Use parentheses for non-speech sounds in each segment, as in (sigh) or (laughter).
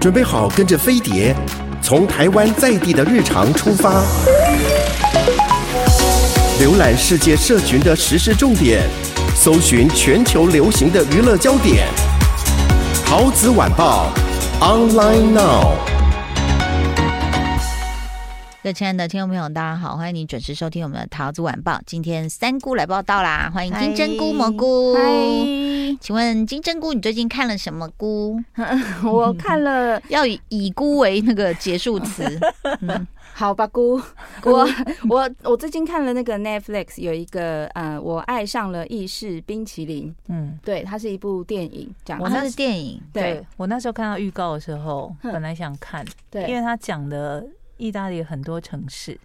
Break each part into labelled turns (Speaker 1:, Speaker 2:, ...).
Speaker 1: 准备好跟着飞碟，从台湾在地的日常出发，浏览世界社群的时事重点，搜寻全球流行的娱乐焦点。桃子晚报，online now。
Speaker 2: 各位亲爱的听众朋友，大家好，欢迎你准时收听我们的桃子晚报。今天三姑来报道啦，欢迎金针菇、蘑菇。 (laughs)
Speaker 3: 嗨，
Speaker 2: 请问金针菇，你最近看了什么菇？
Speaker 3: 我看了
Speaker 2: 要以以菇为那个结束词。
Speaker 3: (laughs) 好吧姑，我我我最近看了那个 Netflix 有一个呃，我爱上了意式冰淇淋，
Speaker 4: 嗯，
Speaker 3: 对，它是一部电影，这样
Speaker 4: (laughs) 我
Speaker 2: 哦，
Speaker 4: 那
Speaker 2: 它是电影，
Speaker 3: 对
Speaker 4: 对我那时候看到预告的时候，
Speaker 3: 哼
Speaker 4: 本来想看，因
Speaker 3: 对
Speaker 4: 为他讲的意大利很多城市，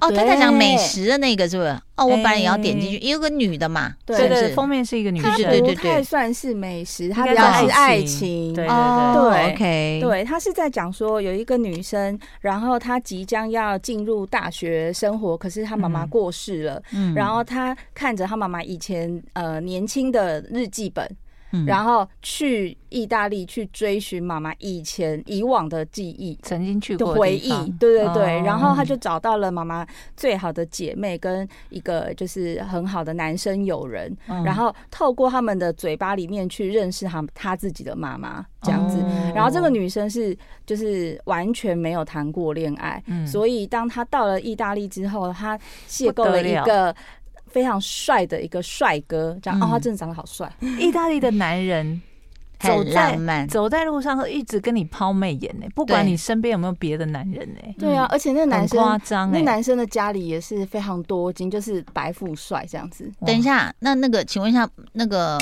Speaker 2: 哦，他在讲美，
Speaker 3: 对
Speaker 2: 食的那个是不是？哦，我本来也要点进去，也有个女的嘛，
Speaker 3: 对
Speaker 2: 是
Speaker 4: 哎对
Speaker 2: 不
Speaker 4: 对，
Speaker 2: 是？
Speaker 4: 封面是一个女生，
Speaker 2: 对
Speaker 3: 它
Speaker 2: 对对
Speaker 3: 不
Speaker 2: 对
Speaker 3: 太算是美食，它
Speaker 4: 应
Speaker 3: 比
Speaker 4: 该
Speaker 3: 较是
Speaker 4: 是
Speaker 3: 爱
Speaker 4: 爱
Speaker 3: 情，
Speaker 4: 情对
Speaker 2: 哦
Speaker 3: 对
Speaker 2: ，OK，，
Speaker 3: 对，他是在讲说有一个女生，然后她即将要进入大学生活，可是她妈妈
Speaker 4: 嗯
Speaker 3: 过世了，
Speaker 2: 嗯
Speaker 3: 然后她看着她妈妈以前呃年轻的日记本，
Speaker 2: 嗯
Speaker 3: 然后去意大利去追寻妈妈以前以往的记忆。
Speaker 4: 曾经去
Speaker 3: 的
Speaker 4: 过
Speaker 3: 回
Speaker 4: 地
Speaker 3: 忆
Speaker 4: 方，
Speaker 3: 对对对，
Speaker 4: 哦
Speaker 3: 然后她就找到了妈妈最好的姐妹跟一个就是很好的男生友人，
Speaker 4: 嗯
Speaker 3: 然后透过他们的嘴巴里面去认识她她自己的妈妈这样子。
Speaker 4: 哦
Speaker 3: 然后这个女生是就是完全没有谈过恋爱，
Speaker 4: 嗯
Speaker 3: 所以当她到了意大利之后，她邂逅
Speaker 4: 不
Speaker 3: 了
Speaker 4: 得
Speaker 3: 一
Speaker 4: 了
Speaker 3: 个非常帅的一个帅哥，这样、哦，
Speaker 2: 嗯
Speaker 3: 他真的长得好帅，
Speaker 4: 意大利的男人走
Speaker 2: 很
Speaker 4: 在
Speaker 2: 浪漫，
Speaker 4: 走在路上会一直跟你抛媚眼呢，欸不管
Speaker 2: 对
Speaker 4: 你身边有没有别的男人呢，
Speaker 3: 对啊，而且那个男
Speaker 4: 很夸
Speaker 3: 生。
Speaker 4: 张
Speaker 2: 欸
Speaker 3: 那
Speaker 4: 哎。
Speaker 3: 男生的家里也是非常多金，就是白富帅这样子。
Speaker 4: 哇
Speaker 2: 等一，下，那那个，请问一下，那个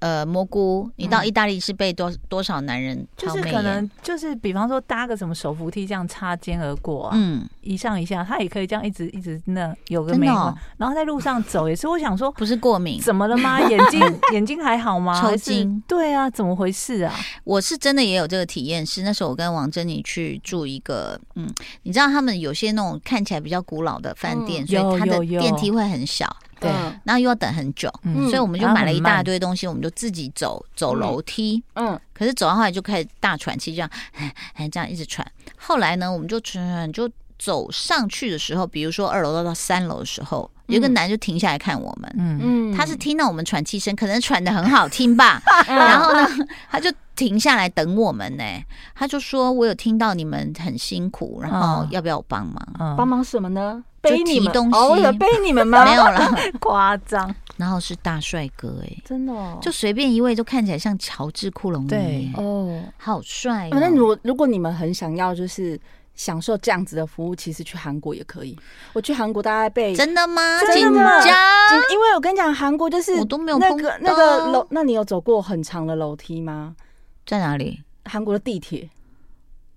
Speaker 2: 呃，蘑菇，你到意大利是被多、多少男人
Speaker 4: 嗯就
Speaker 2: 抛
Speaker 4: 是
Speaker 2: 媚
Speaker 4: 可
Speaker 2: 眼？
Speaker 4: 能就是比方说搭个什么手扶梯这样擦肩而过啊，
Speaker 2: 嗯，
Speaker 4: 一上一下，他也可以这样一直一直那有个
Speaker 2: 真
Speaker 4: 美
Speaker 2: 的
Speaker 4: 化，
Speaker 2: 哦
Speaker 4: 然后在路上走也是，我想说
Speaker 2: 不是过敏，
Speaker 4: 怎么了吗？眼睛眼睛还好吗？
Speaker 2: 抽
Speaker 4: 还是
Speaker 2: 筋？
Speaker 4: 对啊，怎么回事啊？
Speaker 2: 我是真的也有这个体验，是那时候我跟王珍妮去住一个，嗯，你知道他们有些那种看起来比较古老的饭店，
Speaker 3: 嗯
Speaker 2: 所以它的
Speaker 4: 有有有
Speaker 2: 电梯会很小，
Speaker 4: 对
Speaker 3: 嗯
Speaker 2: 然后又要等很久，
Speaker 3: 嗯
Speaker 2: 所以我们就买了一大。堆东西，我们就自己走走楼梯。
Speaker 3: 嗯，
Speaker 2: 可是走到后来就开始大喘气，这样， (laughs) 哎，这样一直喘。后来呢，我们就喘喘喘就走上去的时候，比如说二楼到到三楼的时候，有一个
Speaker 3: 嗯
Speaker 2: 男就停下来看我们，
Speaker 4: 嗯，
Speaker 3: 嗯
Speaker 2: 他是听到我们喘气声，可能喘的很好听
Speaker 3: (laughs)
Speaker 2: 吧，然后呢， (laughs) 他就停下来等我们呢、他就说：“我有听到你们很辛苦，然后
Speaker 4: 嗯
Speaker 2: 要不要我帮忙
Speaker 4: 嗯
Speaker 3: 帮忙什么呢？
Speaker 2: 就
Speaker 3: 背你
Speaker 2: 提
Speaker 3: 们
Speaker 2: 东
Speaker 3: 哦，我
Speaker 2: 西
Speaker 3: 有背你们？”吗？
Speaker 2: 没有，了，
Speaker 4: 夸张，
Speaker 2: (laughs) 然后是大帅哥哎、
Speaker 3: 真的哦
Speaker 2: 就随便一位都看起来像乔治·库隆尼、
Speaker 4: 对
Speaker 2: 欸，
Speaker 3: 哦。
Speaker 2: 好帅、哦
Speaker 3: 啊那如果如果你们很想要，就是享受这样子的服务，其实去韩国也可以。我去韩国大概
Speaker 2: (laughs)
Speaker 3: 被
Speaker 2: 真的吗？
Speaker 3: 真
Speaker 2: 紧
Speaker 3: 的吗
Speaker 2: 张，
Speaker 3: 因为我跟你讲，韩国就是
Speaker 2: 啊我都没有
Speaker 3: 那
Speaker 2: 碰
Speaker 3: 个
Speaker 2: 到啊
Speaker 3: 那个楼，那你有走过很长的楼梯吗？
Speaker 2: 在哪里？
Speaker 3: 韩国的地铁，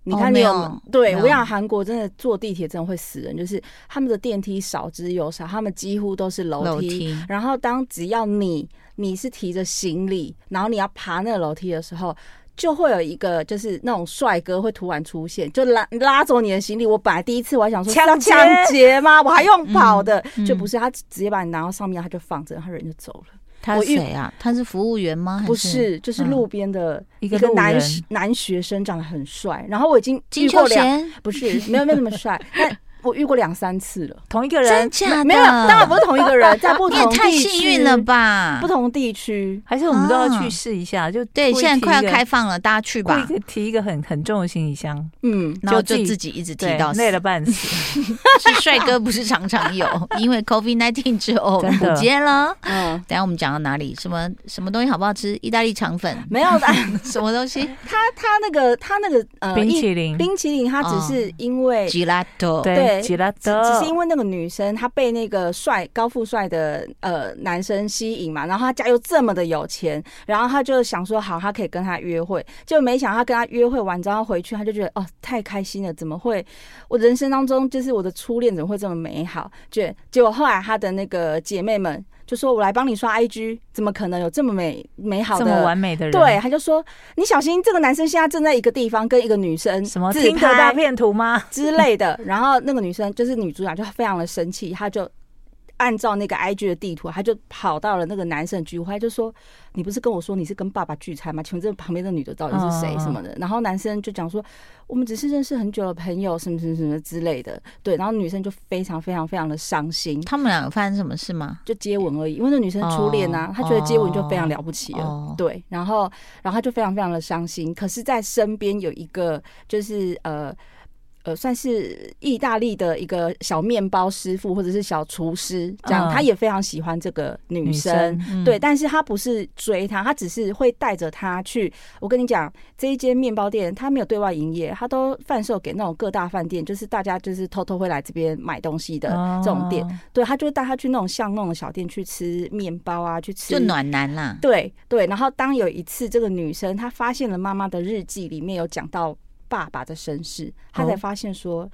Speaker 3: 你
Speaker 2: 哦
Speaker 3: 看你有,、
Speaker 2: 没有
Speaker 3: 对
Speaker 2: 没有
Speaker 3: 我跟你讲，韩国真的坐地铁真的会死人，就是他们的电梯少之又少，他们几乎都是楼
Speaker 2: 楼
Speaker 3: 梯。
Speaker 2: 梯。
Speaker 3: 然后当只要你你是提着行李，然后你要爬那个楼梯的时候。就会有一个就是那种帅哥会突然出现，就拉拉走你的行李。我本来第一次我还想说是要
Speaker 4: 抢劫
Speaker 3: 抢劫吗？我还用跑的，
Speaker 2: 嗯
Speaker 3: 就不是他直接把你拿到上面，他就放着，他人就走了。
Speaker 2: 他
Speaker 3: 我
Speaker 2: 是
Speaker 3: 遇
Speaker 2: 谁啊？他嗯是服务员吗？还
Speaker 3: 不是，就是路边的
Speaker 4: 一
Speaker 3: 一
Speaker 4: 个
Speaker 3: 个
Speaker 4: 路
Speaker 3: 男
Speaker 4: 人
Speaker 3: 学男学生长得很帅，然后我已经遇
Speaker 2: 金
Speaker 3: 过
Speaker 2: 秀
Speaker 3: 两
Speaker 2: 贤，
Speaker 3: 不是没有没有那么帅，但我遇过两三次了，
Speaker 4: 同一个
Speaker 2: 真
Speaker 4: 人，
Speaker 2: 假的？
Speaker 3: 没有，当然不是同一
Speaker 2: (laughs)
Speaker 3: 个人，在不
Speaker 2: 你也
Speaker 3: 同
Speaker 2: 太
Speaker 3: 地
Speaker 2: 幸运
Speaker 3: 区
Speaker 2: 了，吧！
Speaker 3: 不同地区。
Speaker 4: 还是我们都要
Speaker 2: 啊
Speaker 4: 去试一下？就
Speaker 2: 对，
Speaker 4: 故意
Speaker 2: 现在
Speaker 4: 提
Speaker 2: 快
Speaker 4: 一
Speaker 2: 要
Speaker 4: 个
Speaker 2: 开，放了，大家去
Speaker 4: 故
Speaker 2: 吧。
Speaker 4: 意提一个很很重的行李箱，
Speaker 3: 嗯，
Speaker 2: 然后
Speaker 4: 就
Speaker 2: 就
Speaker 4: 自己
Speaker 2: 自己一直提
Speaker 4: 对
Speaker 2: 到，死 (laughs)
Speaker 4: 累了半死。
Speaker 2: 是帅哥不是常常有，因为 COVID nineteen 之后
Speaker 4: 真的
Speaker 2: 不见了。 (laughs)
Speaker 3: 嗯，
Speaker 2: 等一下我们讲到哪里？什么什么东西好不好吃？意大利肠粉，
Speaker 3: (laughs) 没有的。
Speaker 2: 什么东西
Speaker 3: 他他那个他那个呃，
Speaker 4: 冰
Speaker 3: 一
Speaker 4: 淇淋，
Speaker 3: 冰淇淋，他
Speaker 2: 哦
Speaker 3: 只是因为只
Speaker 2: ？Gelato。
Speaker 3: 哎对
Speaker 4: 对，吉拉德，
Speaker 3: 只是因为那个女生她被那个帅高富帅的呃男生吸引嘛，然后他家又这么的有钱，然后他就想说好，他可以跟他约会，就没想到他跟他约会完之后回去，他就觉得哦太开心了，怎么会我人生当中就是我的初恋怎么会这么美好？结结果后来他的那个姐妹们就说，我来帮你刷 IG，怎么可能有这么美美好
Speaker 4: 这
Speaker 3: 的
Speaker 4: 么完美的人，
Speaker 3: 对，，他就说：“你小心，这个男生现在正在一个地方跟一个女生
Speaker 4: 什么
Speaker 3: 自
Speaker 4: 听得大
Speaker 3: 拍
Speaker 4: 片图吗？
Speaker 3: 之类的。”然后那个女生就是女主角，就非常的生气，她就按照那个 IG 的地图，他就跑到了那个男生的聚会，他就说：“你不是跟我说你是跟爸爸聚餐吗？请问这旁边的女的到底是谁
Speaker 4: 嗯嗯嗯
Speaker 3: 什么的？”然后男生就讲说：“我们只是认识很久的朋友，什么什么什么之类的。”对，然后女生就非常非常非常的伤心，
Speaker 2: 他们俩有发生什么事吗？
Speaker 3: 就接吻而已，因为那女生初恋啊
Speaker 2: 哦，
Speaker 3: 她觉得接吻就非常了不起了。
Speaker 2: 哦
Speaker 3: 对，然后然后他就非常非常的伤心。可是，在身边有一个就是呃呃，算是意大利的一个小面包师傅或者是小厨师这样，
Speaker 4: 嗯
Speaker 3: 他也非常喜欢这个女生。
Speaker 2: 嗯
Speaker 3: 对，但是他不是追她，他只是会带着她去。我跟你讲，这一间面包店他没有对外营业，他都贩售给那种各大饭店，就是大家就是偷偷会来这边买东西的这种店。
Speaker 4: 哦
Speaker 3: 对，他就会带她去那种巷弄的小店去吃面包啊，去吃
Speaker 2: 就暖男啦。
Speaker 3: 对对，然后当有一次这个女生她发现了妈妈的日记里面有讲到爸爸的身世，她才
Speaker 4: 哦
Speaker 3: 发现说，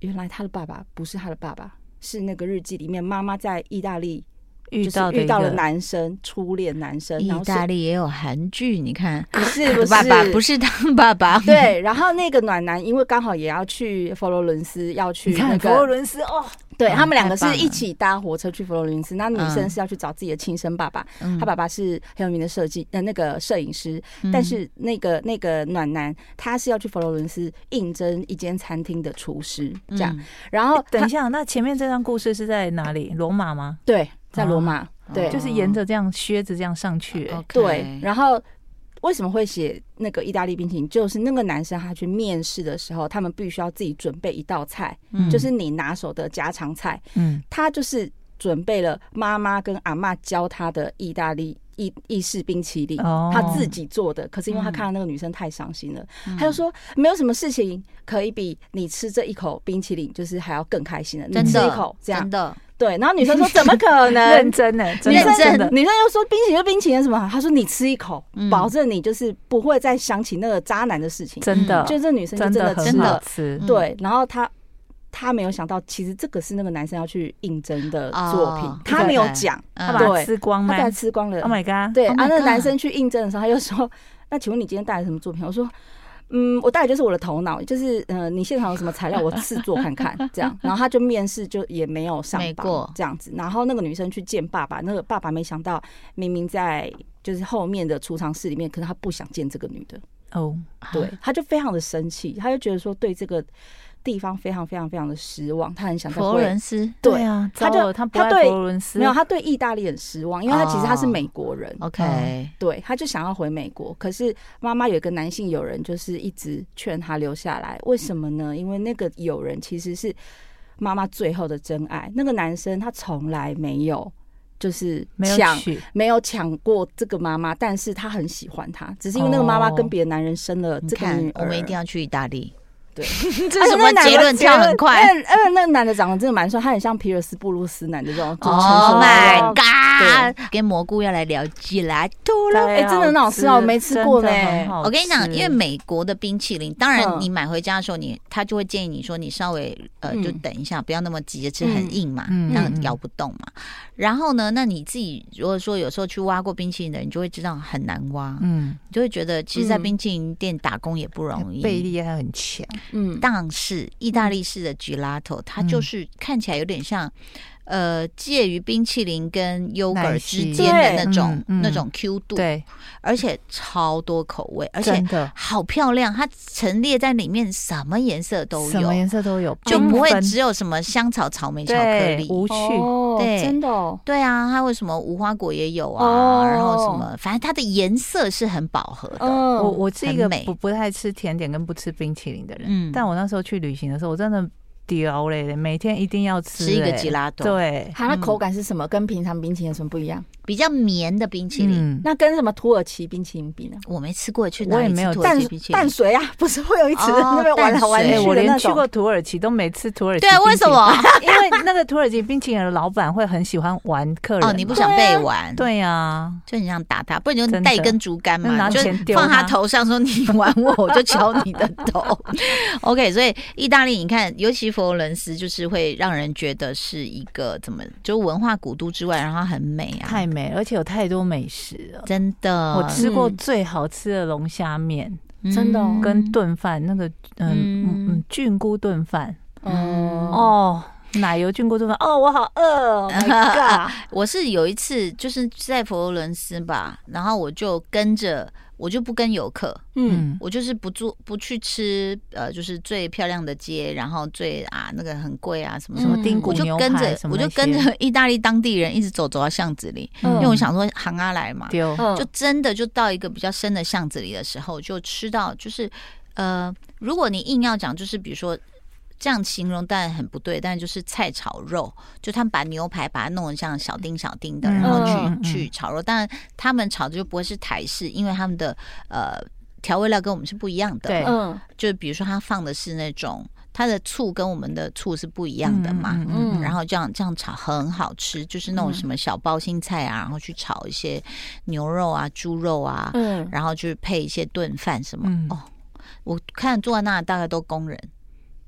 Speaker 3: 原来她的爸爸不是她的爸爸，是那个日记里面妈妈在意大利
Speaker 4: 遇
Speaker 3: 就是
Speaker 4: 到的
Speaker 3: 遇
Speaker 4: 一
Speaker 3: 到
Speaker 4: 个
Speaker 3: 了男生初恋男生，
Speaker 2: 意
Speaker 3: 然后
Speaker 2: 大
Speaker 3: 是
Speaker 2: 利也有韩剧，你看，
Speaker 3: 不
Speaker 2: (laughs)
Speaker 3: 是不是
Speaker 2: 爸爸不是当爸爸，，
Speaker 3: 对，然后那个暖男因为刚好也要去佛罗伦斯，要去
Speaker 4: 你
Speaker 3: 那
Speaker 4: 看佛罗
Speaker 3: 个，
Speaker 4: 伦斯哦，
Speaker 3: 对
Speaker 2: 嗯
Speaker 3: 他们两
Speaker 2: 太
Speaker 3: 个是
Speaker 2: 棒
Speaker 3: 一
Speaker 2: 了
Speaker 3: 起搭火车去佛罗伦斯，那女生
Speaker 2: 嗯
Speaker 3: 是要去找自己的亲生爸爸，
Speaker 2: 嗯
Speaker 3: 他爸爸是很有名的设计呃那个摄影师，
Speaker 2: 嗯
Speaker 3: 但是那个那个暖男他是要去佛罗伦斯应征一间餐厅的厨师这样，
Speaker 2: 嗯
Speaker 3: 然后
Speaker 4: (laughs) 等
Speaker 3: 他
Speaker 4: 一下，那前面这段故事是在哪里？罗马吗？
Speaker 3: 对在罗
Speaker 2: 哦
Speaker 3: 马、对、
Speaker 4: 就是沿着这样靴子这样上去、欸
Speaker 2: 嗯 OK
Speaker 3: 对，然后。为什么会写那个意大利冰淇淋？就是那个男生他去面试的时候，他们必须要自己准备一道菜，
Speaker 4: 嗯
Speaker 3: 就是你拿手的家常菜。
Speaker 4: 嗯，
Speaker 3: 他就是准备了妈妈跟阿嬷教他的意大利意意式冰淇淋，
Speaker 4: 哦
Speaker 3: 他自己做的。可是因为他
Speaker 2: 嗯
Speaker 3: 看到那个女生太伤心了，他就说没有什么事情可以比你吃这一口冰淇淋就是还要更开心的，你
Speaker 2: 真
Speaker 3: 吃一
Speaker 2: 的
Speaker 3: 口这样
Speaker 2: 真。的
Speaker 3: 对，然后女生说怎么可能
Speaker 4: 认？ (laughs) 真呢、真
Speaker 2: 认
Speaker 4: 的
Speaker 2: 真
Speaker 4: 真的，
Speaker 3: 女生又说冰淇淋就冰淇淋有什么好？她说你吃一口，
Speaker 2: 嗯
Speaker 3: 保证你就是不会再想起那个渣男的事情。
Speaker 4: 真的，
Speaker 3: 就这女生就
Speaker 4: 真的
Speaker 3: 嗯的吃
Speaker 4: 很好
Speaker 3: 了，
Speaker 4: 吃
Speaker 2: 嗯。
Speaker 3: 对，然后她她没有想到，其实这个是那个男生要去应征的作品
Speaker 2: 哦，
Speaker 3: 她没有讲，
Speaker 2: 嗯
Speaker 4: 他把它
Speaker 3: 对
Speaker 4: 吃光吗
Speaker 3: 他把它吃光了。
Speaker 4: ？Oh my god！
Speaker 3: 对
Speaker 2: Oh
Speaker 3: 啊，
Speaker 2: my
Speaker 3: 那个
Speaker 2: god
Speaker 3: 男生去应征的时候，他就说：“ (laughs) 那请问你今天带来什么作品？”我说：“嗯，我带的就是我的头脑，就是呃，你现场有什么材料，我试做
Speaker 2: (laughs)
Speaker 3: 看看。”这样，然后他就面试就也没有上
Speaker 2: 没
Speaker 3: 榜
Speaker 2: 过，
Speaker 3: 这样子。然后那个女生去见爸爸，那个爸爸没想到明明在就是后面的储藏室里面，可是他不想见这个女的，
Speaker 4: 哦，
Speaker 2: 啊
Speaker 3: 对，他就非常的生气，他就觉得说对这个地方非常非常非常的失望，他很想再
Speaker 2: 佛罗
Speaker 3: 回
Speaker 2: 伦斯
Speaker 3: 对
Speaker 4: 啊，
Speaker 3: 他就
Speaker 4: 糟了他不
Speaker 3: 他
Speaker 4: 爱
Speaker 3: 对
Speaker 4: 佛罗伦斯，
Speaker 3: 没有，他对意大利很失望，因为他其实他是
Speaker 2: 哦
Speaker 3: 美国人。
Speaker 2: ，OK，
Speaker 3: 对，他就想要回美国，可是妈妈有一个男性友人，就是一直劝他留下来。为什么呢？因为那个友人其实是妈妈最后的真爱。那个男生他从来没有就是
Speaker 4: 没有
Speaker 3: 抢，
Speaker 4: 去，
Speaker 3: 没有抢过这个妈妈，但是他很喜欢她，只是因为那个妈妈跟
Speaker 4: 哦
Speaker 3: 别的男人生了
Speaker 2: 你
Speaker 3: 这个
Speaker 2: 看
Speaker 3: 女，
Speaker 2: 我
Speaker 3: 儿。
Speaker 2: 们一定要去意大利。
Speaker 3: 对啊
Speaker 2: 这是什么结论？跳很快。
Speaker 3: 而且那个男的结论而且而且那个男的长得真的蛮帅，他很像皮尔斯布鲁斯男的这种，就是成熟
Speaker 2: Oh
Speaker 3: 的那
Speaker 2: my
Speaker 3: 种
Speaker 2: god！跟蘑菇要来聊吉拉多了。
Speaker 3: 哎真的很好吃
Speaker 4: 啊
Speaker 3: 哦我没吃过呢
Speaker 2: 我跟你讲，因为美国的冰淇淋，当
Speaker 3: 嗯
Speaker 2: 然你买回家的时候你，他就会建议你说，你稍微呃，
Speaker 3: 嗯
Speaker 2: 就等一下，不要那么急着吃，
Speaker 3: 嗯
Speaker 2: 很硬嘛，
Speaker 4: 嗯
Speaker 2: 那
Speaker 4: 嗯嗯
Speaker 2: 咬不动嘛。然后呢，那你自己如果说有时候去挖过冰淇淋的人，你就会知道很难挖，
Speaker 4: 嗯，
Speaker 2: 你就会觉得其实，在
Speaker 3: 嗯
Speaker 2: 冰淇淋店打工也不容易。
Speaker 4: 背力还很强，
Speaker 3: 嗯，
Speaker 2: 但是意大利式的 gelato，它
Speaker 4: 嗯
Speaker 2: 就是看起来有点像，呃，介于冰淇淋跟 yogurt
Speaker 4: 奶昔
Speaker 2: 之间的那种
Speaker 4: 对、嗯嗯
Speaker 2: 那种 Q 度，
Speaker 4: 对，
Speaker 2: 而且超多口味，而且
Speaker 4: 真的
Speaker 2: 好漂亮，它陈列在里面，什么颜色都
Speaker 4: 什么
Speaker 2: 有，
Speaker 4: 颜色都有，
Speaker 2: 就
Speaker 4: 缤
Speaker 2: 不会
Speaker 4: 纷
Speaker 2: 只有什么香草、草莓、巧克
Speaker 4: 对
Speaker 2: 力。
Speaker 4: 无趣，
Speaker 3: 哦
Speaker 2: 对
Speaker 3: 真的哦，
Speaker 2: 对啊，它为什么无花果也有啊？
Speaker 3: 哦
Speaker 2: 然后什么，反正它的颜色是很饱和的。
Speaker 3: 嗯
Speaker 4: 我我是一个
Speaker 2: 很美
Speaker 4: 不不太吃甜点跟不吃冰淇淋的人，
Speaker 2: 嗯
Speaker 4: 但我那时候去旅行的时候，我真的屌嘞，每天一定要吃、
Speaker 2: 吃一个
Speaker 4: 欸
Speaker 2: 吉拉豆，
Speaker 4: 对，
Speaker 3: 它的
Speaker 2: 嗯
Speaker 3: 口感是什么？跟平常冰淇淋有什么不一样？
Speaker 2: 比较绵的冰淇淋，
Speaker 4: 嗯
Speaker 3: 那跟什么土耳其冰淇淋比呢？
Speaker 2: 我没吃过，去
Speaker 4: 我
Speaker 2: 哪
Speaker 4: 也
Speaker 2: 里
Speaker 4: 没
Speaker 2: 吃
Speaker 4: 有
Speaker 2: 土耳
Speaker 3: 淡
Speaker 2: 其冰淇淋？
Speaker 3: 淡水啊，不是会有一池
Speaker 2: 哦
Speaker 3: 那边玩来玩
Speaker 2: 淡
Speaker 4: 哎、
Speaker 2: 水
Speaker 3: 去
Speaker 4: 我
Speaker 3: 的
Speaker 4: 连
Speaker 3: 那
Speaker 4: 去过
Speaker 3: 种。
Speaker 4: 土耳其都没吃土耳其，
Speaker 2: 对啊，为什？么？
Speaker 4: (laughs) 因为那个土耳其冰淇淋的老板会很喜欢玩客人嘛，
Speaker 2: 哦，你不想被玩，，
Speaker 4: 对呀、啊，
Speaker 2: 就你想打他，不然你就
Speaker 4: 真的
Speaker 2: 带一根竹竿
Speaker 4: 那
Speaker 2: 嘛，
Speaker 4: 拿
Speaker 2: 你就
Speaker 4: 钱丢
Speaker 2: 放他
Speaker 4: 他
Speaker 2: 头上说你玩我，我就敲你的
Speaker 4: (laughs)
Speaker 2: 头。OK，所以意大利你看，尤其佛罗伦斯，就是会让人觉得是一个怎么，就文化古都之外，然后它很美啊，
Speaker 4: 太美，而且有太多美食了。
Speaker 2: 真的，
Speaker 4: 我吃过最好吃的龙虾面
Speaker 2: 嗯
Speaker 3: 真的哦
Speaker 4: 跟炖饭，那个嗯
Speaker 2: 嗯
Speaker 4: 嗯嗯菌菇炖饭
Speaker 2: 嗯
Speaker 3: 嗯，
Speaker 4: 哦，奶油菌锅炖饭，哦，我好饿哦
Speaker 2: (laughs)
Speaker 4: ，My God！
Speaker 2: 我是有一次就是在佛罗伦斯吧，然后我就跟着，我就不跟游客，
Speaker 3: 嗯，
Speaker 4: 嗯，
Speaker 2: 我就是不住不去吃，呃，就是最漂亮的街，然后最啊那个很贵啊什么什
Speaker 4: 什
Speaker 2: 么，
Speaker 4: 么丁
Speaker 2: 我
Speaker 4: 骨
Speaker 2: 就
Speaker 4: 牛
Speaker 2: 跟着
Speaker 4: 排什么
Speaker 2: 我
Speaker 4: 那
Speaker 2: 就
Speaker 4: 些
Speaker 2: 跟着意大利当地人一直走走到巷子里，
Speaker 4: 嗯
Speaker 2: 因为我想说行啊来嘛，
Speaker 4: 丢，
Speaker 3: 嗯
Speaker 2: 就真的就到一个比较深的巷子里的时候，就吃到就是呃，如果你硬要讲，就是比如说。这样形容当然很不对，但就是菜炒肉，就他们把牛排把它弄成像小丁小丁的，
Speaker 4: 嗯
Speaker 2: 然后去、
Speaker 4: 嗯嗯
Speaker 2: 去炒肉。当然他们炒的就不会是台式，因为他们的呃调味料跟我们是不一样的。
Speaker 4: 对
Speaker 3: 嗯
Speaker 2: 就比如说他放的是那种它的醋跟我们的醋是不一样的嘛。
Speaker 4: 嗯嗯
Speaker 3: 嗯
Speaker 2: 然后这样这样炒很好吃，就是那种什么小包心菜啊，然后去炒一些牛肉啊、猪肉啊，
Speaker 3: 嗯，
Speaker 2: 然后去配一些炖饭什么。
Speaker 4: 嗯
Speaker 2: 哦，我看坐在那大概都工人，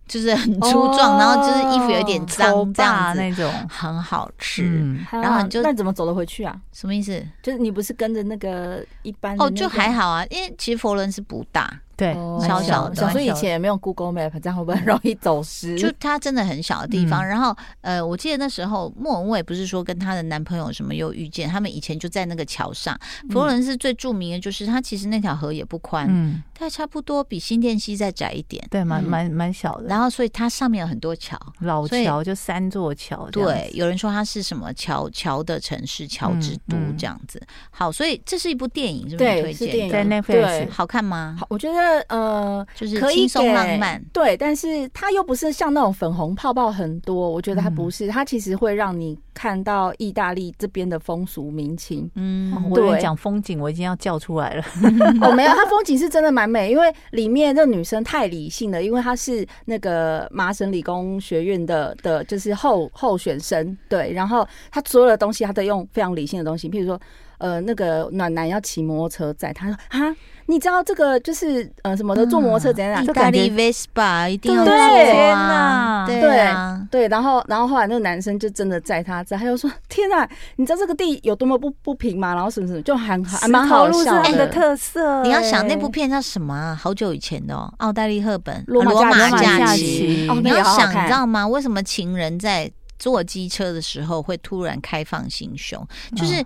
Speaker 2: 就是很粗壮，
Speaker 3: 哦
Speaker 2: 然后就是衣服有点
Speaker 4: 头
Speaker 2: 脏这
Speaker 4: 发
Speaker 2: 样子，
Speaker 4: 那种，
Speaker 2: 很好吃。
Speaker 4: 嗯，
Speaker 3: 还好
Speaker 2: 然后你就
Speaker 3: 那你怎么走得回去啊？
Speaker 2: 什么意思？
Speaker 3: 就是你不是跟着那个一般的
Speaker 2: 哦，
Speaker 3: 那
Speaker 2: 就
Speaker 3: 个
Speaker 2: 还好啊，因为其实佛罗伦斯不大，
Speaker 4: 对
Speaker 3: 哦，
Speaker 4: 蛮
Speaker 2: 小小
Speaker 4: 小
Speaker 2: 的
Speaker 3: 想说
Speaker 4: 蛮
Speaker 3: 以
Speaker 4: 小的
Speaker 3: 前也没有 Google Map，这样会不会很容易走失？
Speaker 2: 就它真的很小的地
Speaker 3: 嗯
Speaker 2: 方。然后呃，我记得那时候莫文蔚不是说跟她的男朋友什么又遇见，他们以前就在那个桥上。佛
Speaker 3: 嗯
Speaker 2: 罗伦斯最著名的就是它其实那条河也不宽，
Speaker 4: 嗯，
Speaker 2: 它差不多比新店溪再窄一点。
Speaker 4: 对，蛮
Speaker 3: 嗯
Speaker 4: 蛮蛮小的，
Speaker 2: 然后所以它上面有很多桥。
Speaker 3: 哦
Speaker 4: 老
Speaker 2: 所以
Speaker 4: 桥就三座桥这样子，
Speaker 2: 对，有人说它是什么桥桥的城市，桥之都
Speaker 4: 嗯嗯
Speaker 2: 这样子。好，所以这是一部电影，是不是你
Speaker 3: 对，
Speaker 2: 推
Speaker 3: 是电
Speaker 2: 荐
Speaker 3: 影
Speaker 2: 的？
Speaker 4: 在 Netflix
Speaker 3: 对
Speaker 2: 好看吗？
Speaker 3: 好，我觉得呃，
Speaker 2: 就是
Speaker 3: 可以
Speaker 2: 轻松
Speaker 3: 给
Speaker 2: 浪漫。
Speaker 3: 对，但是它又不是像那种粉红泡泡很多，我觉得它
Speaker 2: 嗯
Speaker 3: 不是，它其实会让你看到意大利这边的风俗民情。
Speaker 4: 哦
Speaker 2: 嗯，
Speaker 4: 我以为
Speaker 3: 对
Speaker 4: 你讲风景，我已经要叫出来了。
Speaker 3: (laughs) 哦，没有，它风景是真的蛮美，因为里面这女生太理性了，因为她是那个麻省理工学院的的，就是候候选生，对，然后她所有的东西她都用非常理性的东西，譬如说，呃，那个暖男要骑摩托车载，她说啊，你知道这个就是呃什么的，坐摩托车怎
Speaker 2: 嗯
Speaker 3: 样怎样
Speaker 2: 意
Speaker 4: 这
Speaker 2: 大
Speaker 4: 感觉
Speaker 2: 利 Vespa 一定要
Speaker 3: 对
Speaker 2: 做
Speaker 4: 天
Speaker 2: 啊，
Speaker 4: 哪
Speaker 2: 对啊，
Speaker 3: 对，然后然后后来那个男生就真的载她载，他就说：“天啊，你知道这个地有多么不不平吗？”然后什么什么，就还
Speaker 2: 啊
Speaker 4: (laughs)
Speaker 3: 还蛮好
Speaker 4: 石头路是
Speaker 3: 笑
Speaker 4: 我们的
Speaker 3: 的。
Speaker 4: 特色。
Speaker 2: 你要想那
Speaker 4: 哎
Speaker 2: 部片叫什么啊？好久以前的哦，奥黛丽·赫本《
Speaker 3: 罗马
Speaker 2: 呃
Speaker 3: 假
Speaker 2: 马
Speaker 3: 期
Speaker 4: 罗马假
Speaker 2: 期》。
Speaker 4: 期
Speaker 3: 哦，
Speaker 2: 你
Speaker 3: 那
Speaker 2: 要
Speaker 3: 也好好
Speaker 2: 想，你
Speaker 3: 看
Speaker 2: 知道吗？为什么情人在坐机车的时候会突然开放心胸？
Speaker 3: 嗯
Speaker 2: 就是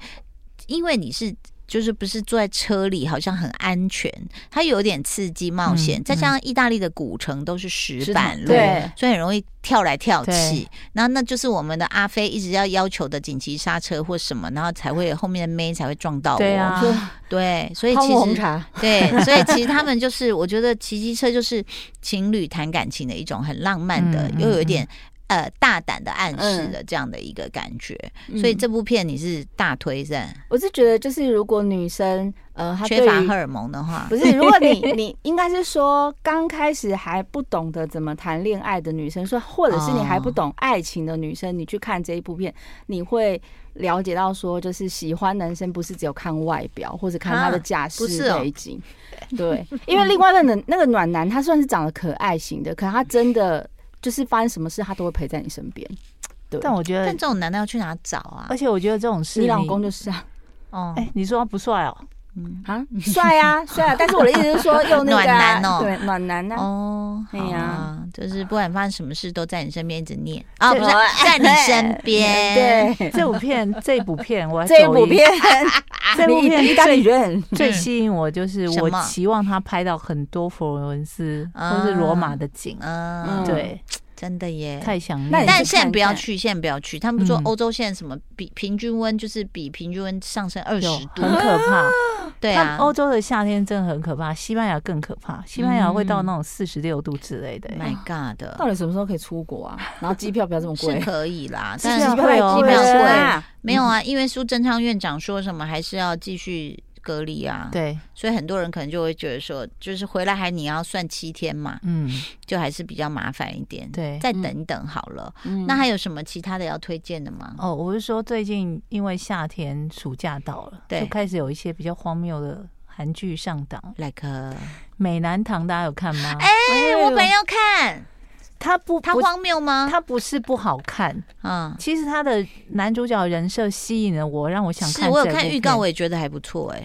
Speaker 2: 因为你是。就是不是坐在车里，好像很安全，它有点刺激冒险，
Speaker 4: 嗯
Speaker 2: 再加上意大利的古城都是石
Speaker 4: 石
Speaker 2: 板
Speaker 4: 头
Speaker 2: 路，
Speaker 3: 对
Speaker 2: 所以很容易跳来跳去
Speaker 4: 对。
Speaker 2: 然后那就是我们的阿飞一直要要求的紧急刹车或什么，然后才会后面的妹才会撞到我。
Speaker 4: 对啊，
Speaker 2: 对，所以
Speaker 3: 泡
Speaker 2: 其
Speaker 3: 沫红
Speaker 2: 实
Speaker 3: 茶，
Speaker 2: 对，所以其实他们就是，我觉得骑机车就是情侣谈感情的一种很浪漫的，
Speaker 4: 嗯嗯
Speaker 2: 又有一点呃大胆的暗示的这样的一个感觉。所以
Speaker 3: 嗯
Speaker 2: 这部片你是大推赞，
Speaker 3: 我是觉得就是如果女生呃她
Speaker 2: 缺乏
Speaker 3: 对于
Speaker 2: 荷尔蒙的话
Speaker 3: 不，是，如果
Speaker 2: (laughs)
Speaker 3: 你你应该是说刚开始还不懂得怎么谈恋爱的女生，说或者是你
Speaker 2: 哦
Speaker 3: 还不懂爱情的女生，你去看这一部片，你会了解到说，就是喜欢男生不是只有看外表或者看他的
Speaker 2: 啊
Speaker 3: 家
Speaker 2: 不
Speaker 3: 世
Speaker 2: 是哦
Speaker 3: 背
Speaker 2: (laughs)
Speaker 3: 景，对，因为另外那个那个暖男他算是长得可爱型的，可他真的就是发生什么事他都会陪在你身边，对，
Speaker 4: (laughs) 但我觉
Speaker 2: 但
Speaker 4: 得，
Speaker 2: 这种男的要去哪找啊
Speaker 4: 而？且我觉得这种事，
Speaker 3: 你老公就是啊
Speaker 2: 哦，
Speaker 4: 哎，你说他不帅哦？
Speaker 2: 嗯，
Speaker 3: 啊帅 (laughs) 啊帅啊，但是我的意思是说用那个啊
Speaker 2: 暖男哦
Speaker 3: 对暖男呢、
Speaker 2: 哦，
Speaker 3: 哎
Speaker 2: 好
Speaker 3: 呀
Speaker 2: 啊，就是不管发生什么事都在你身边一直念啊，
Speaker 3: 对
Speaker 2: 不是在你身边，
Speaker 3: (laughs) 对。
Speaker 4: 这部片，这部片，我还
Speaker 3: 这一
Speaker 4: 走
Speaker 3: 部片，
Speaker 2: 哦
Speaker 3: (laughs)
Speaker 4: 这
Speaker 2: 啊
Speaker 4: 部片
Speaker 3: 意大利人，
Speaker 4: 最
Speaker 2: 嗯
Speaker 4: 吸引我就是，
Speaker 2: 什
Speaker 4: 我
Speaker 2: 么
Speaker 4: 期望他拍到很多佛罗伦斯
Speaker 2: 啊
Speaker 4: 或是罗马的景。
Speaker 2: 嗯，
Speaker 4: 对，
Speaker 2: 真的耶，
Speaker 4: 太想
Speaker 3: 那你
Speaker 4: 念了。
Speaker 2: 但
Speaker 3: 去
Speaker 2: 现在
Speaker 3: 看
Speaker 2: 不要
Speaker 3: 看
Speaker 2: 去，现在不要去。他们说
Speaker 4: 嗯
Speaker 2: 欧洲现在什么比平均温就是比平均温上升二
Speaker 4: 有
Speaker 2: 十度
Speaker 4: 很，可怕，
Speaker 2: (laughs) 对
Speaker 4: 他们
Speaker 2: 啊，
Speaker 4: 欧洲的夏天真的很可怕，西班牙更可怕，西班牙会到那种四十六度之类的、
Speaker 2: 嗯 Oh ，My God
Speaker 3: (laughs) 到
Speaker 2: 的，
Speaker 3: 底什么时候可以出国啊？然后机票不要这么
Speaker 2: 是
Speaker 3: 贵，
Speaker 2: 可以啦，
Speaker 4: 是嗯
Speaker 2: 但
Speaker 4: 这
Speaker 2: 是
Speaker 4: 样
Speaker 3: 太
Speaker 4: 会哦
Speaker 3: 贵啊
Speaker 2: 机票
Speaker 3: 了
Speaker 2: 没有啊，因为苏贞昌院长说什么还是要继续隔离啊，，
Speaker 4: 对，
Speaker 2: 所以很多人可能就会觉得说，就是回来还你要算七天嘛，
Speaker 4: 嗯，
Speaker 2: 就还是比较麻烦一点，
Speaker 4: 对。
Speaker 2: 再等一等好了。
Speaker 3: 嗯
Speaker 2: 那还有什么其他的要推荐的吗？
Speaker 4: 哦，我是说最近因为夏天暑假到了，
Speaker 2: 对
Speaker 4: 就开始有一些比较荒谬的韩剧上档，《
Speaker 2: like，呃
Speaker 4: 美男堂》大家有看吗？
Speaker 2: 哎、
Speaker 3: 哎呦
Speaker 2: 我本来要看，
Speaker 4: 他不，
Speaker 2: 它
Speaker 4: 不
Speaker 2: 荒谬吗？
Speaker 4: 他不是不好看，
Speaker 2: 嗯，
Speaker 4: 其实他的男主角人设吸引了我，让我想
Speaker 2: 是
Speaker 4: 看。
Speaker 2: 我有看预告，我，也觉得还不错哎、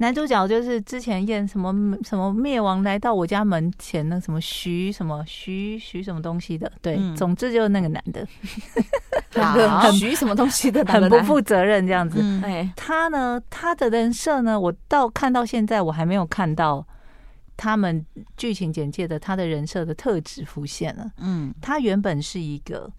Speaker 4: 男主角就是之前演什么什么灭亡来到我家门前那什么徐什么徐徐什么东西的，对，
Speaker 2: 嗯
Speaker 4: 总之就是那个男的
Speaker 3: 两个
Speaker 2: 好
Speaker 3: 很许什么东西的，
Speaker 4: 很不负责任这样子。
Speaker 2: 嗯，
Speaker 3: 哎，
Speaker 4: 他呢，他的人设呢，我到看到现在我还没有看到他们剧情简介的他的人设的特质浮现了。
Speaker 2: 嗯
Speaker 4: 他原本是一个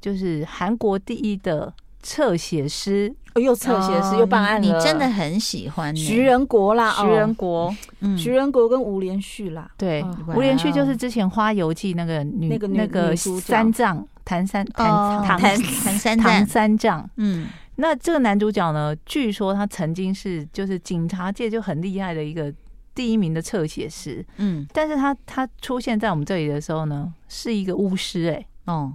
Speaker 4: 就是韩国第一的侧写师
Speaker 3: 哦又侧写
Speaker 4: 哦
Speaker 3: 师又办案
Speaker 2: 你
Speaker 3: 了，
Speaker 2: 真的很喜欢呢
Speaker 3: 徐，仁国
Speaker 2: 啊
Speaker 3: 啦，哦
Speaker 4: 徐仁国，
Speaker 2: 嗯
Speaker 3: 徐仁国跟吴连旭啦，
Speaker 4: 对
Speaker 3: 哦，
Speaker 4: 吴连旭就是之前《花游记》那个女
Speaker 3: 那个女
Speaker 4: 那个
Speaker 3: 女主角
Speaker 4: 三藏谭三谭
Speaker 2: 哦
Speaker 4: 唐
Speaker 2: 谭谭三
Speaker 4: 唐
Speaker 2: 藏，
Speaker 4: 三藏。
Speaker 2: 嗯
Speaker 4: 那这个男主角呢，据说他曾经是就是警察界就很厉害的一个第一名的侧写师，
Speaker 2: 嗯
Speaker 4: 但是他他出现在我们这里的时候呢，是一个巫师哎、
Speaker 2: 哦，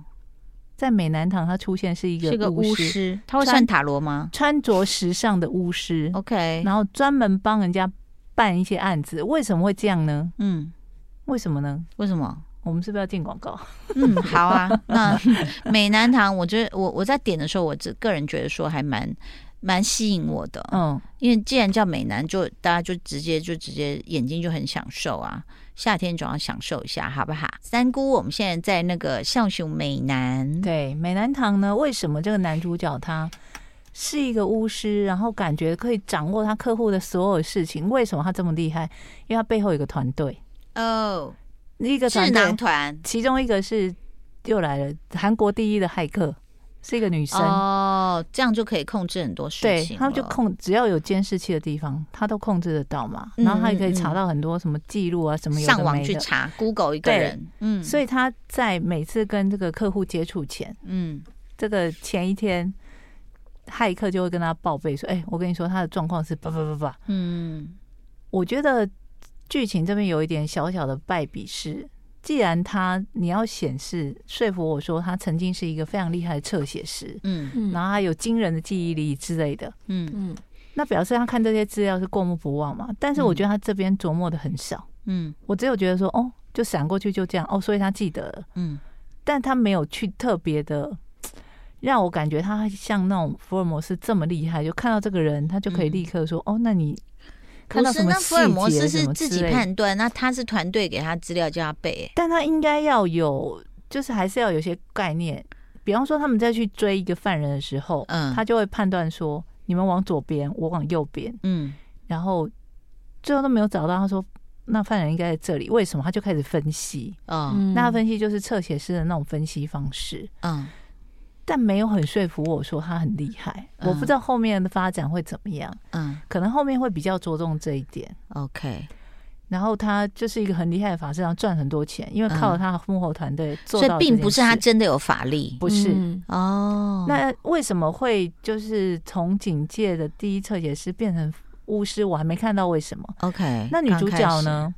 Speaker 4: 在美南堂他出现是一
Speaker 2: 是个
Speaker 4: 巫
Speaker 2: 巫
Speaker 4: 师，
Speaker 2: 师，他会算塔罗吗
Speaker 4: 穿着时尚的巫师， (laughs)
Speaker 2: ？OK，
Speaker 4: 然后专门帮人家办一些案子。为什么会这样呢？
Speaker 2: 嗯，
Speaker 4: 为什么呢？
Speaker 2: 为什么？
Speaker 4: 我们是不是要进广告？
Speaker 2: 嗯，好啊。 (laughs) 那美南堂，我觉得我我在点的时候，我这个人觉得说还蛮蛮吸引我的，
Speaker 4: 嗯，
Speaker 2: 因为既然叫美男，就大家就直接就直接眼睛就很享受啊，夏天总要享受一下，好不好？三姑，我们现在在那个象雄美男，
Speaker 4: 对，美男堂呢，为什么这个男主角他是一个巫师，然后感觉可以掌握他客户的所有事情？为什么他这么厉害？因为他背后有一个团队，
Speaker 2: 哦，
Speaker 4: 一个
Speaker 2: 智
Speaker 4: 团
Speaker 2: 囊
Speaker 4: 队，
Speaker 2: 团
Speaker 4: 其中一个是又来了，韩国第一的骇客是一个女生。
Speaker 2: 哦，这样就可以控制很多事
Speaker 4: 对
Speaker 2: 情，了，
Speaker 4: 他就控，只要有监视器的地方，他都控制得到嘛。
Speaker 2: 嗯
Speaker 4: 然后他也可以
Speaker 2: 嗯
Speaker 4: 查到很多什么记录啊，什么有的
Speaker 2: 上网
Speaker 4: 没
Speaker 2: 去
Speaker 4: 的。
Speaker 2: 查 Google 一个
Speaker 4: 对
Speaker 2: 人，嗯，
Speaker 4: 所
Speaker 2: 以
Speaker 4: 以他在每次跟这个客户接触前，
Speaker 2: 嗯
Speaker 4: 这个前一天，骇客就会跟他报备说：“哎、我跟你说，他的状况是叭叭叭叭。
Speaker 2: 嗯”
Speaker 4: 我觉得剧情这边有一点小小的败笔是，既然他你要显示说服我说他曾经是一个非常厉害的侧写师，
Speaker 2: 嗯
Speaker 3: 嗯
Speaker 4: 然后他有惊人的记忆力之类的，
Speaker 2: 嗯
Speaker 3: 嗯，
Speaker 4: 那表示他看这些资料是过目不忘嘛。但是我觉得他这边琢磨的很少，
Speaker 2: 嗯
Speaker 4: 我只有觉得说哦，就闪过去就这样哦，所以他记得了。
Speaker 2: 嗯
Speaker 4: 但他没有去特别的让我感觉他像那种福尔摩斯这么厉害，就看到这个人，他就可以
Speaker 2: 嗯
Speaker 4: 立刻说：“哦，那你看
Speaker 2: 不
Speaker 4: 到
Speaker 2: 是，
Speaker 4: 什么
Speaker 2: 那福尔摩
Speaker 4: 细节
Speaker 2: 斯
Speaker 4: 什
Speaker 2: 是
Speaker 4: 么
Speaker 2: 自
Speaker 4: 之
Speaker 2: 己
Speaker 4: 类的
Speaker 2: 判断，那他是团队给他资料叫他背，
Speaker 4: 但他应该要有，就是还是要有些概念。比方说，他们在去追一个犯人的时候，
Speaker 2: 嗯
Speaker 4: 他就会判断说：你们往左边，我往右边，
Speaker 2: 嗯
Speaker 4: 然后最后都没有找到。他说。”那犯人应该在这里，为什么？他就开始分析。
Speaker 2: 哦
Speaker 3: 嗯
Speaker 4: 那他分析就是侧写师的那种分析方式。
Speaker 2: 嗯
Speaker 4: 但没有很说服我说他很厉害。
Speaker 2: 嗯
Speaker 4: 我不知道后面的发展会怎么样，
Speaker 2: 嗯
Speaker 4: 可能后面会比较着重这一点。
Speaker 2: ，OK，
Speaker 4: 然后他就是一个很厉害的法师，然后赚很多钱，因为靠他幕后团队
Speaker 2: 嗯
Speaker 4: 做
Speaker 2: 所以
Speaker 4: 到这件事。
Speaker 2: 并不是他真的有法力
Speaker 4: 不是。
Speaker 3: 嗯
Speaker 2: 哦，
Speaker 4: 那为什么会就是从警界的第一侧写师变成巫师？我还没看到为什么。
Speaker 2: OK，
Speaker 4: 那女主角？呢？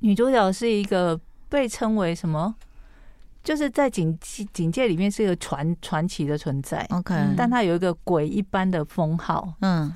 Speaker 4: 女主角是一个被称为什么？就是在警警界里面是一个传传奇的存在。
Speaker 2: 刚开始 OK，
Speaker 3: 嗯
Speaker 4: 但他有一个鬼一般的封号，
Speaker 2: 嗯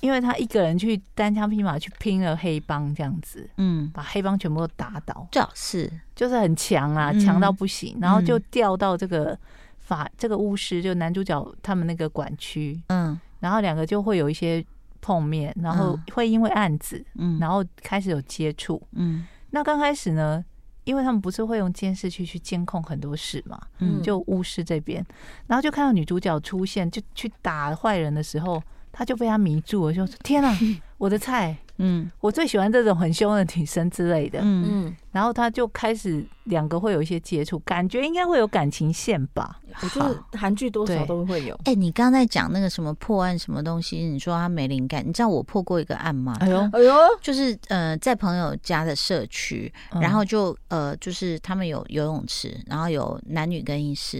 Speaker 4: 因为他一个人去单枪匹马去拼了黑帮这样子，
Speaker 2: 嗯，
Speaker 4: 把黑帮全部都打倒，
Speaker 2: 最好是
Speaker 4: 就是很强啊，
Speaker 2: 嗯
Speaker 4: 强到不行，然后就调到这个法这个巫师，就男主角他们那个管区，
Speaker 2: 嗯
Speaker 4: 然后两个就会有一些碰面，然后会因为案子，
Speaker 2: 嗯，
Speaker 4: 然后开始有接触。
Speaker 2: 嗯
Speaker 4: 那刚开始呢，因为他们不是会用监视器去监控很多事嘛，
Speaker 2: 嗯
Speaker 4: 就巫师这边，然后就看到女主角出现，就去打坏人的时候，他就被他迷住了，就说：“
Speaker 2: (laughs)
Speaker 4: 天啊，我的菜，
Speaker 2: 嗯
Speaker 4: 我最喜欢这种很凶的女生之类的。
Speaker 2: 嗯，
Speaker 3: 嗯，”
Speaker 4: 然后他就开始两个会有一些接触，感觉应该会有感情线吧？
Speaker 3: 我觉得韩剧多少
Speaker 4: 对
Speaker 3: 都会有，
Speaker 2: 哎，你刚才讲那个什么破案什么东西，你说他没灵感，你知道我破过一个案吗？
Speaker 4: 哎呦，
Speaker 3: 哎呦，
Speaker 2: 就是呃，在朋友家的社区，然
Speaker 4: 嗯
Speaker 2: 后就呃，就是他们有游泳池，然后有男女更衣室，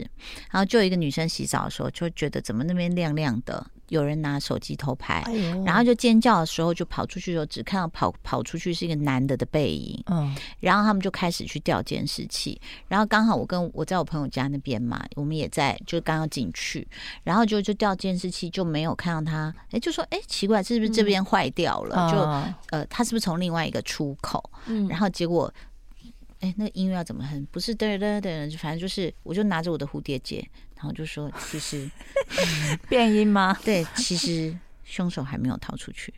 Speaker 2: 然后就有一个女生洗澡的时候，就觉得怎么那边亮亮的，有人拿手机偷拍，
Speaker 4: 哎呦，
Speaker 2: 然后就尖叫的时候就跑出去的时候，只看到跑跑出去是一个男的的背影，
Speaker 4: 嗯
Speaker 2: 然后他们就开始去调监视器，然后刚好我跟我在我朋友家那边嘛，我们也在就刚要进去，然后就就调监视器就没有看到他，哎，就说哎奇怪，是不是这边坏掉了？就
Speaker 4: 啊
Speaker 2: 呃，他是不是从另外一个出口？
Speaker 3: 嗯
Speaker 2: 然后结果，哎、那个音乐要怎么哼？不是对对对，反正就是，我就拿着我的蝴蝶结，然后就说，其实
Speaker 4: 变音吗？哎
Speaker 2: 对，其实凶手还没有逃出去。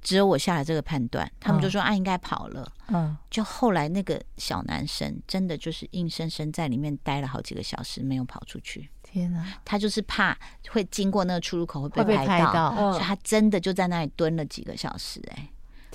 Speaker 2: 只有我下了这个判断，他们就说啊应该跑了。
Speaker 4: 嗯，
Speaker 2: 就后来那个小男生真的就是硬生生在里面待了好几个小时，没有跑出去。
Speaker 4: 天哪，
Speaker 2: 他就是怕会经过那个出入口会
Speaker 4: 会
Speaker 2: 被
Speaker 4: 被
Speaker 2: 拍
Speaker 4: 拍
Speaker 2: 到，哦
Speaker 4: 到，
Speaker 3: 哦
Speaker 2: 所以他真的就在那里蹲了几个小时、哎，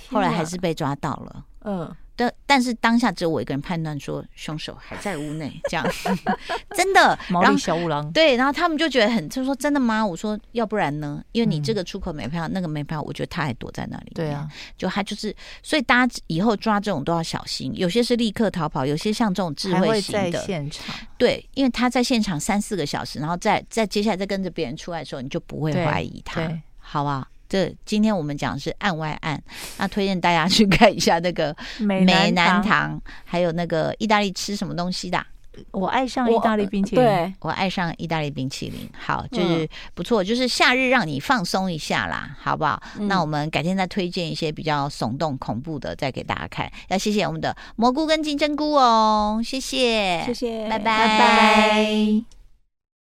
Speaker 2: 后来还是被抓到了。
Speaker 3: 啊嗯，
Speaker 2: 但但是当下只有我一个人判断说凶手还在屋内，这样 (laughs) 真的。
Speaker 4: 毛
Speaker 2: 然
Speaker 4: 利
Speaker 2: 后
Speaker 4: 小五郎，
Speaker 2: 对，然后他们就觉得很，就说真的吗？我说要不然呢？因为你这个出口没票，那个没票，我觉得他还躲在那里。
Speaker 4: 嗯对啊，，
Speaker 2: 就他就是，所以大家以后抓这种都要小心。有些是立刻逃跑，有些像这种智
Speaker 4: 还
Speaker 2: 慧
Speaker 4: 会
Speaker 2: 型
Speaker 4: 在
Speaker 2: 的，
Speaker 4: 现场，
Speaker 2: 对，因为他在现场三四个小时，然后再再接下来再跟着别人出来的时候，你就不会
Speaker 4: 对
Speaker 2: 怀疑他
Speaker 4: 对，
Speaker 2: 好不好？这今天我们讲的是案外案，那推荐大家去看一下那个
Speaker 4: 美
Speaker 2: 美
Speaker 4: 南
Speaker 2: 南，堂，还有那个意大利吃什么东西的啊、
Speaker 4: 我爱上
Speaker 3: 我
Speaker 4: 意大利冰淇淋，，
Speaker 3: 对，
Speaker 2: 我呃爱上意大利冰淇淋，好，就是不错，就是夏日让你放松一下啦，好不好？
Speaker 3: 嗯
Speaker 2: 那我们改天再推荐一些比较耸动、恐怖的，再给大家看。要谢谢我们的蘑菇跟金针菇哦，谢谢，
Speaker 3: 谢谢，
Speaker 2: 拜拜，
Speaker 4: 拜拜。